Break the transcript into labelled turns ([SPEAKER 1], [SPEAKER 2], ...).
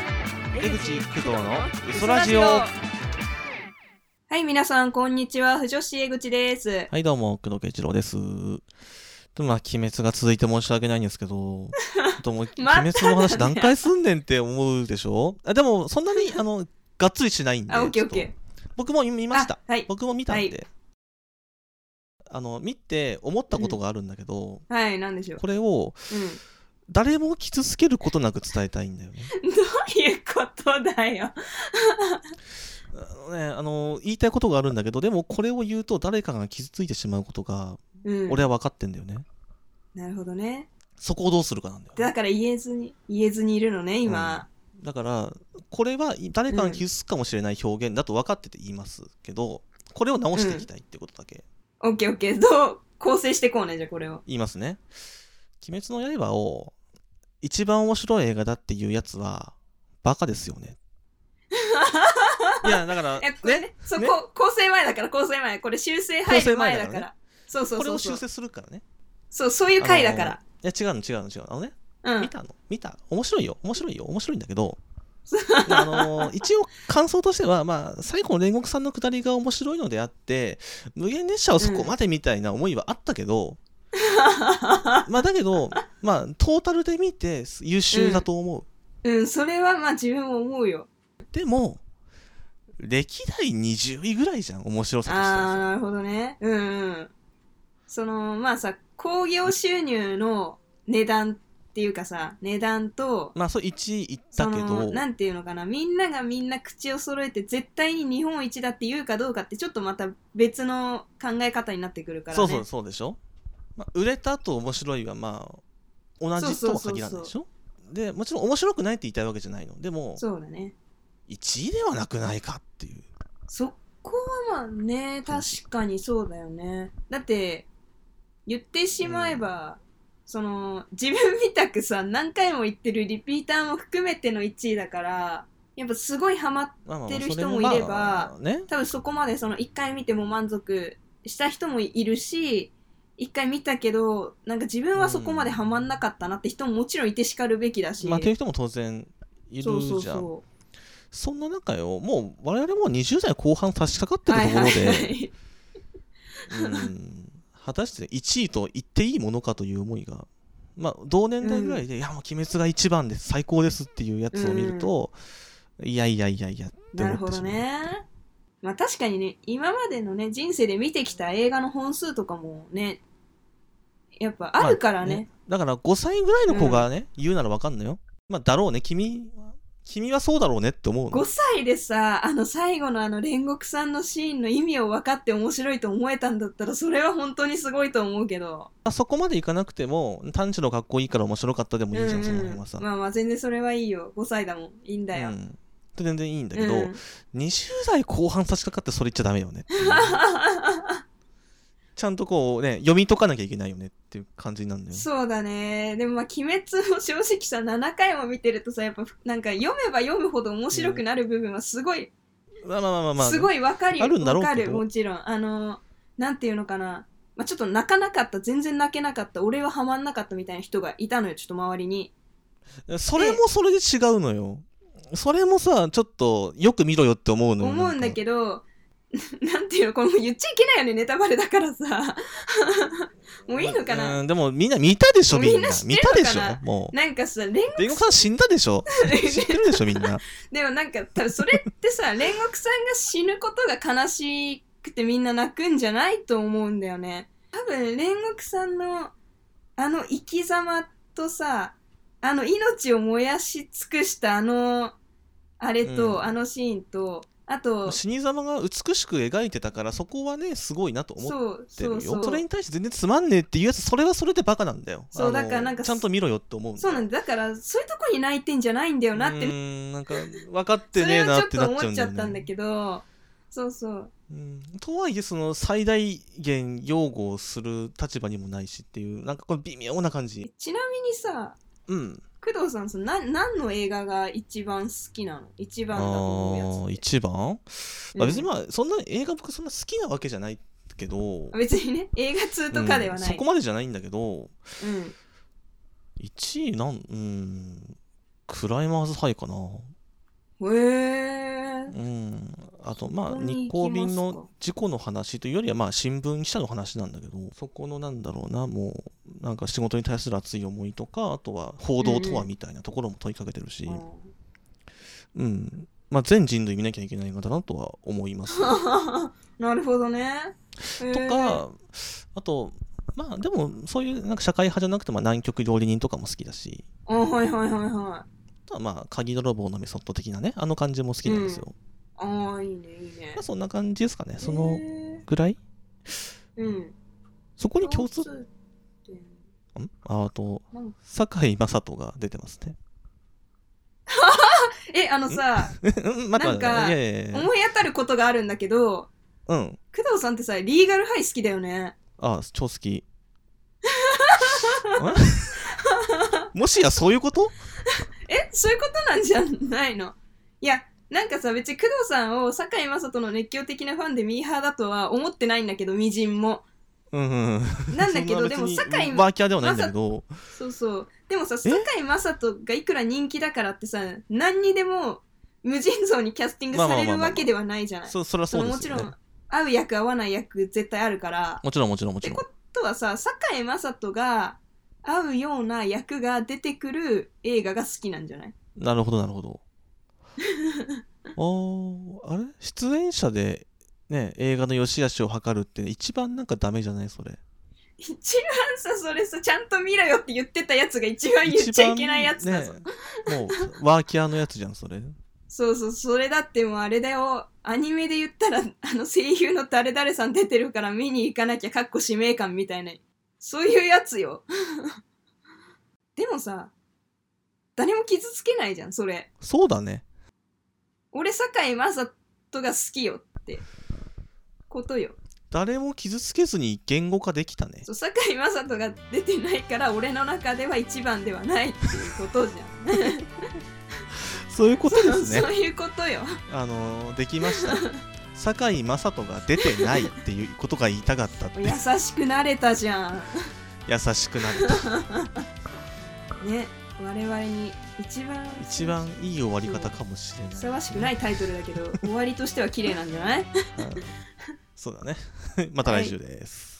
[SPEAKER 1] 江口工藤のウソラジオは
[SPEAKER 2] はい、皆さん、こんにちは。不女子江口です。
[SPEAKER 1] いどうも工藤圭一郎ですでもまあ鬼滅が続いて申し訳ないんですけどちょっ ともう鬼
[SPEAKER 2] また
[SPEAKER 1] 滅の話何回すんねんって思うで しょあでもそんなにあのがっつりしないんで
[SPEAKER 2] あ、オッケーオ
[SPEAKER 1] ちょ
[SPEAKER 2] ッ
[SPEAKER 1] っと
[SPEAKER 2] ケ
[SPEAKER 1] 僕も見
[SPEAKER 2] ー。
[SPEAKER 1] ました
[SPEAKER 2] あはい。
[SPEAKER 1] 僕も見たんで、
[SPEAKER 2] は
[SPEAKER 1] あの見て思ったことがあるんだけど、
[SPEAKER 2] はい、なんでしょう。
[SPEAKER 1] これを
[SPEAKER 2] うん。
[SPEAKER 1] 誰も傷つけることなく伝えたいんだよね
[SPEAKER 2] どういうことだよ。
[SPEAKER 1] あのねあの言いたいことがあるんだけどでもこれを言うと誰かが傷ついてしまうことが
[SPEAKER 2] うん。
[SPEAKER 1] 俺は分かってんだよね、
[SPEAKER 2] なるほどね。
[SPEAKER 1] そこをどうするかなんだよね、
[SPEAKER 2] だから言えずに、言えずにいるのね、今。
[SPEAKER 1] だからこれは誰かが傷つくかもしれない表現だと分かってて言いますけどこれを直していきたいってことだけ
[SPEAKER 2] オッケーオッケー。どう、構成してこうね、じゃあこれを。
[SPEAKER 1] 言いますね「鬼滅の刃」を一番面白い映画だっていうやつはバカですよ ねいやだから
[SPEAKER 2] え、これね、そう、
[SPEAKER 1] ね
[SPEAKER 2] こう構成前だから、構成前。これ修正入る前だ
[SPEAKER 1] 構成前
[SPEAKER 2] か。
[SPEAKER 1] だから
[SPEAKER 2] そうそう
[SPEAKER 1] これ
[SPEAKER 2] そ
[SPEAKER 1] を
[SPEAKER 2] うそ
[SPEAKER 1] 修
[SPEAKER 2] う。
[SPEAKER 1] 正するからね
[SPEAKER 2] そう、そういう回だから。
[SPEAKER 1] いや違うの違うの違うのあのね
[SPEAKER 2] うん
[SPEAKER 1] 見。たの見た面白いよ面白いよ面白いんだ けどあのー一応感想としては、まあ、最後の煉獄さんの下りが面白いのであって無限列車をそこまでみたいな思いはあった けど、まあだけど、まあ、トータルで見て優秀だと思う、
[SPEAKER 2] うん、それはまあ自分も思うよ。
[SPEAKER 1] でも歴代20位ぐらいじゃん面白さとして
[SPEAKER 2] ああー
[SPEAKER 1] は
[SPEAKER 2] なるほどねうんうんそのまあさ興行収入の値段っていうかさ値段と
[SPEAKER 1] まあそう1位いった
[SPEAKER 2] そ
[SPEAKER 1] け
[SPEAKER 2] の
[SPEAKER 1] ど
[SPEAKER 2] なんていうのかなみんながみんな口を揃えて絶対に日本一だって言うかどうかってちょっとまた別の考え方になってくるからね
[SPEAKER 1] そうそうそうでしょ、まあ、売れたと面白いはまあ同じとは限らないでしょでもちろん面白くないって言いたいわけじゃないのでも
[SPEAKER 2] そうだね
[SPEAKER 1] 1位ではなくないかっていう
[SPEAKER 2] そこはまあね確かにそうだよねだって言ってしまえば、その自分みたくさ何回も言ってるリピーターも含めての1位だからやっぱすごいハマっ
[SPEAKER 1] まあまあ
[SPEAKER 2] 知ってる
[SPEAKER 1] それ
[SPEAKER 2] 人もいれば
[SPEAKER 1] まあね
[SPEAKER 2] 多分そこまでその1回見ても満足した人もいるし1回見たけどなんか自分はそこまでハマんなかったなって人ももちろんいてしかるべきだし、
[SPEAKER 1] まあっていう人も当然いるじゃ
[SPEAKER 2] そ
[SPEAKER 1] ん
[SPEAKER 2] うそ
[SPEAKER 1] そう
[SPEAKER 2] そ
[SPEAKER 1] んな中よもう我々も20代後半差し掛か
[SPEAKER 2] う
[SPEAKER 1] ってるところで、
[SPEAKER 2] はいはいはい
[SPEAKER 1] うん果たして1位と言っていいものかという思いが、まあ、同年代ぐらいで「いやもう鬼滅が一番です最高です」っていうやつを見ると、いやいやいやいやっ
[SPEAKER 2] な
[SPEAKER 1] て思
[SPEAKER 2] る
[SPEAKER 1] っ
[SPEAKER 2] ほ
[SPEAKER 1] て
[SPEAKER 2] ど
[SPEAKER 1] しまう。
[SPEAKER 2] ね。まあ確かにね、今までのね、人生で見てきた映画の本数とかもね、やっぱあるからね。
[SPEAKER 1] だから5歳ぐらいの子がね、言うならわかんのよまあだろうね君は君はそうだろうねって思う
[SPEAKER 2] 5
[SPEAKER 1] の
[SPEAKER 2] 歳でさ、あの最後のあの煉獄さんのシーンの意味を分かって面白いと思えたんだったら、それは本当にすごいと思うけど。
[SPEAKER 1] あそこまでいかなくても単純のかっこいいから面白かったでもいいじゃん、その辺はさ、
[SPEAKER 2] まあまあ全然それはいいよ。5歳だもん。いいんだよ。
[SPEAKER 1] う
[SPEAKER 2] うん
[SPEAKER 1] ん全然いいんだけど、
[SPEAKER 2] うん
[SPEAKER 1] 20代後半差し掛かってそれ言っちゃダメよねっていう ちゃんとこうね読み解かなきゃいけないよねっていう感じなんだよ
[SPEAKER 2] そうだね。でもまあ、鬼滅も正直さ、7回も見てるとさ、やっぱなんか読めば読むほど面白くなる部分はすごい
[SPEAKER 1] まあまあまあまあまあ、
[SPEAKER 2] すごいわかるよ。
[SPEAKER 1] あるんだろうけど
[SPEAKER 2] わかる、もちろん。あの、なんていうのかな。まあ、ちょっと泣かなかった、全然泣けなかった、俺はハマんなかったみたいな人がいたのよ、ちょっと周りに。
[SPEAKER 1] それもそれで違うのよそれもさちょっとよく見ろよって思うのよ
[SPEAKER 2] 思うんだ
[SPEAKER 1] ど
[SPEAKER 2] けど、なんていうの、これもう言っちゃいけないよね、ネタバレだから さ。もういいのかな、
[SPEAKER 1] でもみんな見たでしょみ
[SPEAKER 2] み
[SPEAKER 1] ん
[SPEAKER 2] ん
[SPEAKER 1] な
[SPEAKER 2] な知って
[SPEAKER 1] 見
[SPEAKER 2] る
[SPEAKER 1] たでし
[SPEAKER 2] のか
[SPEAKER 1] ょもう
[SPEAKER 2] なんかさ、煉
[SPEAKER 1] 煉獄さん死んだでしょ知ってるでしょみ んな
[SPEAKER 2] でもなんか、多分それって さ、煉獄さんが死ぬことが悲しくてみんな泣くんじゃないと思うんだよね。多分、煉獄さんのあの生き様とさ、あの命を燃やし尽くしたあの、あれと、
[SPEAKER 1] うん
[SPEAKER 2] あのシーンと、あと、
[SPEAKER 1] 死に様が美しく描いてたからそこはねすごいなと思っ
[SPEAKER 2] そう、
[SPEAKER 1] てる
[SPEAKER 2] そ
[SPEAKER 1] よ
[SPEAKER 2] う、
[SPEAKER 1] そ
[SPEAKER 2] そう。
[SPEAKER 1] れに対して全然つまんねえっていうやつそれはそれでバカなんだよ
[SPEAKER 2] そう
[SPEAKER 1] あの
[SPEAKER 2] だからなんか
[SPEAKER 1] ちゃんと見ろよって思うんだ
[SPEAKER 2] そうなんだ。だから、そういうとこに泣いてんじゃないんだよなって、
[SPEAKER 1] うーんなんか分かっ
[SPEAKER 2] そ
[SPEAKER 1] てね
[SPEAKER 2] れ
[SPEAKER 1] え
[SPEAKER 2] を
[SPEAKER 1] な
[SPEAKER 2] ちょ
[SPEAKER 1] っ
[SPEAKER 2] ってと
[SPEAKER 1] なっちゃ
[SPEAKER 2] 思
[SPEAKER 1] う
[SPEAKER 2] っ
[SPEAKER 1] ん
[SPEAKER 2] ち
[SPEAKER 1] だ
[SPEAKER 2] ゃ
[SPEAKER 1] よ、
[SPEAKER 2] っ
[SPEAKER 1] ね、
[SPEAKER 2] たんだけど、そうそう。
[SPEAKER 1] うんとはいえその最大限擁護をする立場にもないしっていうなんかこの微妙な感じ
[SPEAKER 2] ちなみにさ、
[SPEAKER 1] うん
[SPEAKER 2] 工藤さんそのな何の映画が一番好きなの一
[SPEAKER 1] あ
[SPEAKER 2] 番だと思うやつ
[SPEAKER 1] ー
[SPEAKER 2] って
[SPEAKER 1] 一番、
[SPEAKER 2] う
[SPEAKER 1] まあ、
[SPEAKER 2] ん
[SPEAKER 1] 別にまあそんな映画僕そんな好きなわけじゃないけど
[SPEAKER 2] 別にね映画通とかでは
[SPEAKER 1] うん
[SPEAKER 2] ない、
[SPEAKER 1] そこまでじゃないんだけど
[SPEAKER 2] うん
[SPEAKER 1] 1位なんうんクライマーズハイかな
[SPEAKER 2] へえ。
[SPEAKER 1] うん、あとまあ
[SPEAKER 2] そこ
[SPEAKER 1] 日
[SPEAKER 2] に行
[SPEAKER 1] 光
[SPEAKER 2] きますか
[SPEAKER 1] 便の事故の話というよりはまあ新聞記者の話なんだけどそこのなんだろうなもうなんか仕事に対する熱い思いとかあとは報道と
[SPEAKER 2] うんう
[SPEAKER 1] は
[SPEAKER 2] ん
[SPEAKER 1] みたいなところも問いかけてるし、
[SPEAKER 2] あ
[SPEAKER 1] うんまあ、全人類見なきゃいけない映画だなとは思い ます。
[SPEAKER 2] ー なるほどね。へ
[SPEAKER 1] と
[SPEAKER 2] ー、
[SPEAKER 1] かあとまあでもそういうなんか社会派じゃなくてまあ南極料理人とかも好きだし
[SPEAKER 2] あはいはいはいはい。
[SPEAKER 1] あとはまあ鍵泥棒のメソッド的なねあの感じも好きなんですよ。
[SPEAKER 2] ああ、いいね、いいね
[SPEAKER 1] まあ、。そんな感じですかねそ
[SPEAKER 2] へ
[SPEAKER 1] の
[SPEAKER 2] ー
[SPEAKER 1] ぐらい
[SPEAKER 2] うん。
[SPEAKER 1] そこに共通
[SPEAKER 2] 点
[SPEAKER 1] んああと
[SPEAKER 2] なんか、
[SPEAKER 1] 堺雅人が出てますね。
[SPEAKER 2] え、あのさ、
[SPEAKER 1] うん待って待って。
[SPEAKER 2] なんか
[SPEAKER 1] いやいやいや
[SPEAKER 2] 思い当たることがあるんだけど、
[SPEAKER 1] うん。
[SPEAKER 2] 工藤さんってさ、リーガルハイ好きだよね。
[SPEAKER 1] あ、超好 き。ん もしやそういうこと
[SPEAKER 2] え、そういうことなんじゃないのいや、なんかさ、別に工藤さんを堺雅人の熱狂的なファンでミーハーだとは思ってないんだけど、みじんも。
[SPEAKER 1] うんうん。
[SPEAKER 2] なんだけ
[SPEAKER 1] そ
[SPEAKER 2] ど、
[SPEAKER 1] な
[SPEAKER 2] で
[SPEAKER 1] 別
[SPEAKER 2] も
[SPEAKER 1] に
[SPEAKER 2] 堺
[SPEAKER 1] ワーキャーではないんだけど。
[SPEAKER 2] そうそう。でもさ、堺雅人がいくら人気だからってさ、何にでも無尽蔵にキャスティングさ
[SPEAKER 1] まあ
[SPEAKER 2] れ
[SPEAKER 1] まあまあ
[SPEAKER 2] る
[SPEAKER 1] まあ
[SPEAKER 2] わけではないじゃない。
[SPEAKER 1] そ、そりゃ
[SPEAKER 2] そ
[SPEAKER 1] そう
[SPEAKER 2] の
[SPEAKER 1] で
[SPEAKER 2] も
[SPEAKER 1] す
[SPEAKER 2] ち
[SPEAKER 1] よ
[SPEAKER 2] ろ
[SPEAKER 1] ね。
[SPEAKER 2] ん、合う役合わない役絶対あるから。
[SPEAKER 1] もちろんもちろんもちろん
[SPEAKER 2] ってあとはさ、堺雅人が合うような役が出てくる映画が好きなんじゃない
[SPEAKER 1] なるほどなる ほど。あーあれ出演者で、ね、映画の良し悪しを測るって一番なんかダメじゃないそれ。
[SPEAKER 2] 一番さ、それさ、ちゃんと見ろよって言ってたやつが一番言っちゃいけないやつだぞ。
[SPEAKER 1] 一番ね、もうワーキャーのやつじゃんそれ。
[SPEAKER 2] そうそう、それだってもうあれだよ。アニメで言ったら、あの声優の誰々さん出てるから見に行かなきゃ、かっこ使命感みたいな。そういうやつよ。 でもさ、誰も傷つけないじゃん、それ。
[SPEAKER 1] そうだね。
[SPEAKER 2] 俺、堺雅人が好きよってことよ。
[SPEAKER 1] 誰も傷つけずに言語化できたね。
[SPEAKER 2] そう堺雅人が出てないから、俺の中では一番ではないっていうことじゃん。
[SPEAKER 1] そういうことです
[SPEAKER 2] そ
[SPEAKER 1] ね
[SPEAKER 2] う。いうことよ。
[SPEAKER 1] あのできました。堺雅人が出てないっていうことが言いたかったって
[SPEAKER 2] 優しくなれたじゃん。
[SPEAKER 1] 優しくなる。
[SPEAKER 2] ね、我々に一番
[SPEAKER 1] 一番いい終わり方かもしれない。
[SPEAKER 2] ふさわしくないタイトルだけど終わりとしては綺麗なんじゃない
[SPEAKER 1] はいそうだね。また来週です。